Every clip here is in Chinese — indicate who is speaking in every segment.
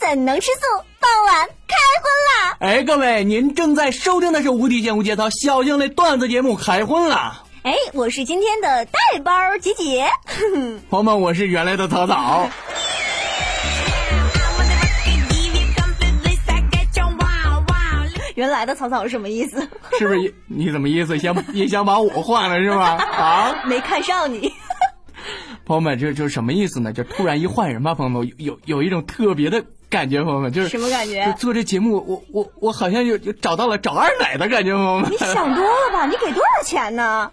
Speaker 1: 很能吃素，傍晚开荤啦！
Speaker 2: 哎，各位，您正在收听的是《无底线无节操》小英类段子节目《啊开荤啦
Speaker 1: 哎，我是今天的带班姐姐，》。
Speaker 2: 朋友们，我是原来的草草。
Speaker 1: 原来的草草是什么意 思？
Speaker 2: 是不是也？你怎么意思？想也想把我换了是吧？啊，
Speaker 1: 没看上你，
Speaker 2: 朋友们，这这什么意思呢？就突然一换人吧，朋友们，有有有一种特别的感觉，朋友们，就是
Speaker 1: 什么感觉
Speaker 2: 就做这节目，我我我好像有有找到了找二奶的感觉，朋友们
Speaker 1: 你。想多了吧？你给多少钱呢？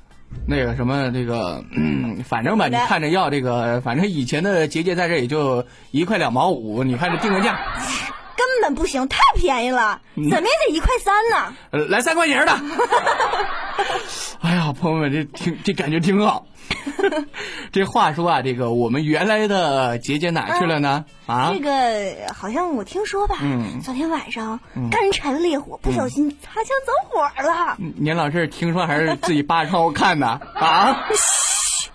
Speaker 2: 那个什么，那个，嗯反正吧，
Speaker 1: 怎
Speaker 2: 你
Speaker 1: 么着
Speaker 2: 看着要这个，反正以前的结界在这也就一块两毛五，你看这定个价，
Speaker 1: 根本不行，太便宜了，
Speaker 2: 嗯
Speaker 1: 怎么也得一块三呢。
Speaker 2: 呃来三块 钱的。哎呀，朋友们，这挺这感觉挺 好。这话说啊，这个我们原来的结界哪去了呢？啊
Speaker 1: 这，个好像我听说吧，
Speaker 2: 嗯
Speaker 1: 昨天晚上干柴烈火，不小心擦枪走火了，
Speaker 2: 年老师听说还是自己扒窗户看的 啊？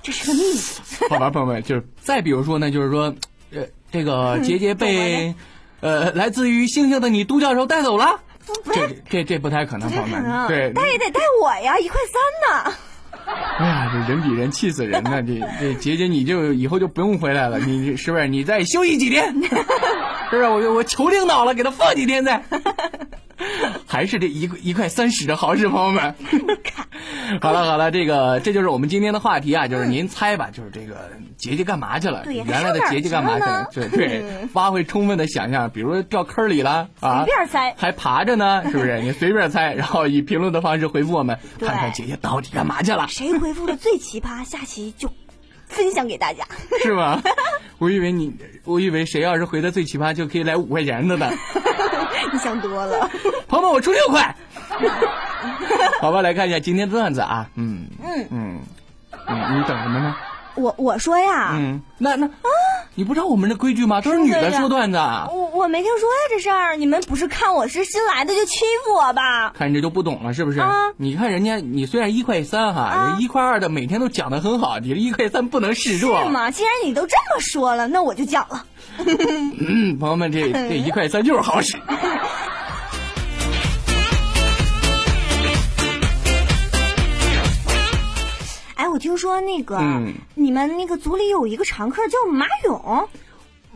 Speaker 1: 这是个秘密。
Speaker 2: 好吧，朋友们，就是再比如说呢，就是说，呃，这个结界被，呃，来自于星星的你都教授带走了。
Speaker 1: 不
Speaker 2: 这
Speaker 1: 是，
Speaker 2: 这这哎不太可能，朋友们。
Speaker 1: 啊
Speaker 2: 对，
Speaker 1: 带也得带我呀，一块三呢。
Speaker 2: 哎呀，这人比人气死人呐！这这杰杰，你就以后就不用回来了，你你是不是？你再休息几天， 是不是？我就我求领导了，给他放几天再。 还是这一一块三十的好使，朋友们。 好了好了，这个这就是我们今天的话题啊，就是您猜吧，就是这个杰杰干嘛去了？
Speaker 1: 嗯对呀
Speaker 2: 原来的杰杰干嘛去
Speaker 1: 上
Speaker 2: 了？对
Speaker 1: 哪儿
Speaker 2: 对，发挥充分的想象，比如说掉坑里了
Speaker 1: 嗯
Speaker 2: 啊，
Speaker 1: 随便猜
Speaker 2: 还爬着呢，是不是？你随便猜，然后以评论的方式回复我们，
Speaker 1: 对
Speaker 2: 看看杰杰到底干嘛去了。
Speaker 1: 谁回复的最奇葩，下期就分享给大 家。
Speaker 2: 是吗？我以为你，我以为谁要是回的最奇葩，就可以来五块 钱的呢。
Speaker 1: 你想多了。
Speaker 2: 朋友们，我出六 块。好吧，来看一下今天的段子啊，嗯
Speaker 1: 嗯，
Speaker 2: 嗯嗯，你等什么呢？
Speaker 1: 我我说呀，
Speaker 2: 嗯，那那
Speaker 1: 啊
Speaker 2: 你不知道我们的规矩吗？都是女的说段子啊，
Speaker 1: 我我没听说呀这事儿，你们不是看我是新来的就欺负我吧？
Speaker 2: 看着就不懂了，是不是？
Speaker 1: 啊
Speaker 2: 你看人家，你虽然一块三哈，
Speaker 1: 啊
Speaker 2: 人一块二的每天都讲的很好，你这一块三不能示弱。
Speaker 1: 是啊吗？既然你都这么说了，那我就讲了。
Speaker 2: 嗯，朋友们，这 这一块三就是好使。
Speaker 1: 哎，我听说那个、
Speaker 2: 嗯
Speaker 1: 你们那个组里有一个常客叫马勇，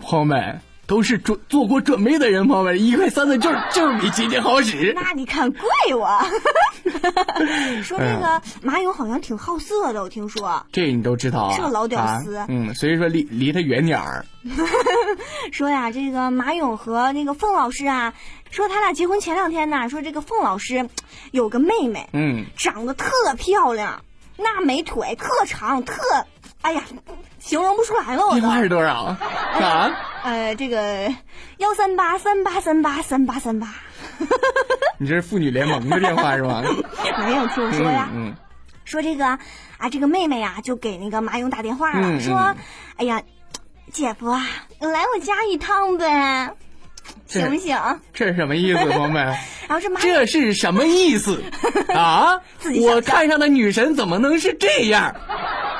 Speaker 2: 朋友们，都是准做过准备的人，朋友们，一块三的就是就是比节俭好使。
Speaker 1: 那你看怪我。 说那个马勇好像挺好色的，我听说。
Speaker 2: 这你都知道啊？
Speaker 1: 是个老屌丝
Speaker 2: 啊嗯，所以说离离他远点儿。
Speaker 1: 说呀，这个马勇和那个凤老师啊，说他俩结婚前两天呐，说这个凤老师有个妹妹，
Speaker 2: 嗯，
Speaker 1: 长得特漂亮，那美腿特长，特，哎呀，形容不出来了，我
Speaker 2: 一
Speaker 1: 都。
Speaker 2: 块是多少？ 啊？
Speaker 1: 呃，这个幺三八三八三八三八三八，
Speaker 2: 你这是妇女联盟的电话是 吗？
Speaker 1: 没有听我说呀。
Speaker 2: 嗯
Speaker 1: 说这个啊，这个妹妹呀、就给那个马勇打电话了，
Speaker 2: 嗯嗯
Speaker 1: 说，哎呀，姐夫啊，来我家一趟呗，
Speaker 2: 这
Speaker 1: 行不行？然
Speaker 2: 这是什么意思，朋 友们？
Speaker 1: 后这马
Speaker 2: 这是什么 意思啊
Speaker 1: 自？己想象
Speaker 2: 我看上的女神怎么能是这 样？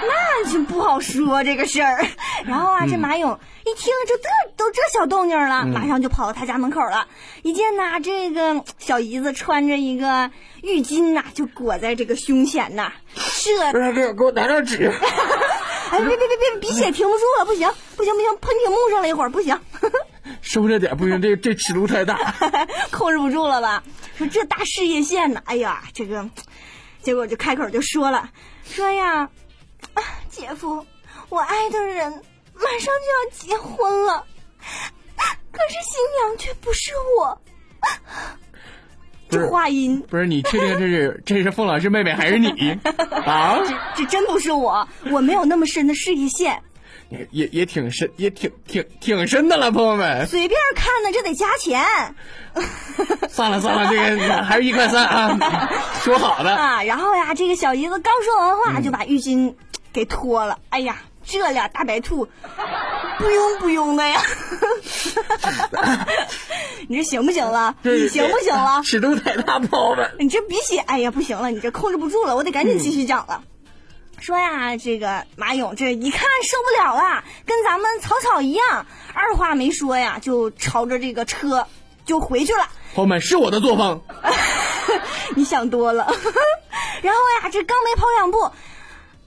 Speaker 1: 那就不好说这个事儿。然后啊，这马勇一听这这都这小动静了，马上就跑到他家门口了。一见呐，这个小姨子穿着一个浴巾呐、就裹在这个胸前呐、这
Speaker 2: 不是，给我给我拿张纸。
Speaker 1: 哎，别别别别，鼻血停不住了，不行不行不行，喷屏幕上了一会儿，不行，
Speaker 2: 收着点，不行，这这尺度太大。
Speaker 1: 控制不住了吧？说这大事业线呢，哎呀，这个，结果就开口就说了，说呀，啊，姐夫，我爱的人马上就要结婚了，可是新娘却不是我，
Speaker 2: 不是
Speaker 1: 这话音。
Speaker 2: 不是，你确定这是这是凤老师妹妹还 是你？啊？
Speaker 1: 这真不是我，我没有那么深的事业线，
Speaker 2: 也也也挺深，也挺挺挺深的了，朋友们。
Speaker 1: 随便看的这得加钱
Speaker 2: 算了算了，这 个还是一块三啊，说好 的。
Speaker 1: 啊！然后呀，这个小姨子刚说完话，就把浴巾给脱了。哎呀，这俩大白兔， 不用不用的呀！ 你这行不行了？
Speaker 2: 这
Speaker 1: 你行不行了？
Speaker 2: 尺度太大，朋友们。
Speaker 1: 你这鼻血，哎呀，不行了，你这控制不住了，我得赶紧继续讲了。说呀，这个马勇这一看受不了了，跟咱们曹操一样，二话没说呀，就朝着这个车就回去了。
Speaker 2: 后面是我的作风，
Speaker 1: 你想多了。然后呀，这刚没跑两步，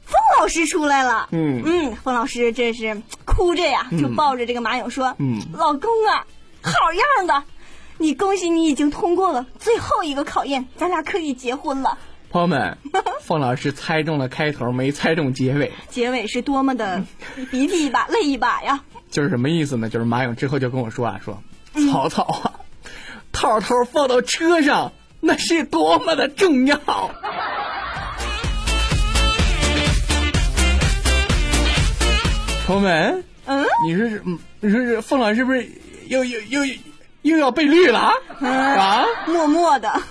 Speaker 1: 风老师出来了。
Speaker 2: 嗯
Speaker 1: 嗯，风老师这是哭着呀，就抱着这个马勇说：“
Speaker 2: 嗯
Speaker 1: 老公啊，好样的！你恭喜你已经通过了最后一个考验，咱俩可以结婚了。
Speaker 2: 朋友 们，凤老师猜中了开头，没猜中结尾，
Speaker 1: 结尾是多么的
Speaker 2: 嗯
Speaker 1: 鼻涕一把泪一把呀！
Speaker 2: 就是什么意思呢？就是马勇之后就跟我说啊，说
Speaker 1: 嗯
Speaker 2: 曹操啊，套头放到车上，那是多么的重要。 朋友们，
Speaker 1: 嗯
Speaker 2: 你说是，嗯你说是凤老师是不是又又又又要被绿了啊？啊？
Speaker 1: 默默的。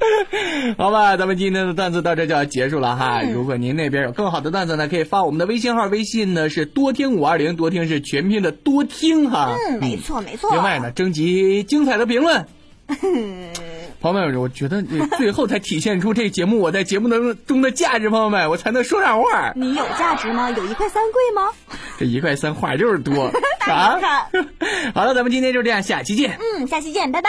Speaker 1: 嗯
Speaker 2: 好吧，咱们今天的段子到这就要结束了哈。
Speaker 1: 嗯
Speaker 2: 如果您那边有更好的段子呢，可以发我们的微信号，微信呢是多听五二零，多听是全拼的多听哈。
Speaker 1: 嗯，没错没错。
Speaker 2: 另外呢，征集精彩的评论。
Speaker 1: 嗯
Speaker 2: 朋友们，我觉得你最后才体现出这节目我在节目当中的价值，朋友们，我才能说上话。
Speaker 1: 你有价值吗？有一块三贵吗？
Speaker 2: 这一 块三话就是多啊！好了，咱们今天就这样，下期见。
Speaker 1: 嗯，下期见，拜拜。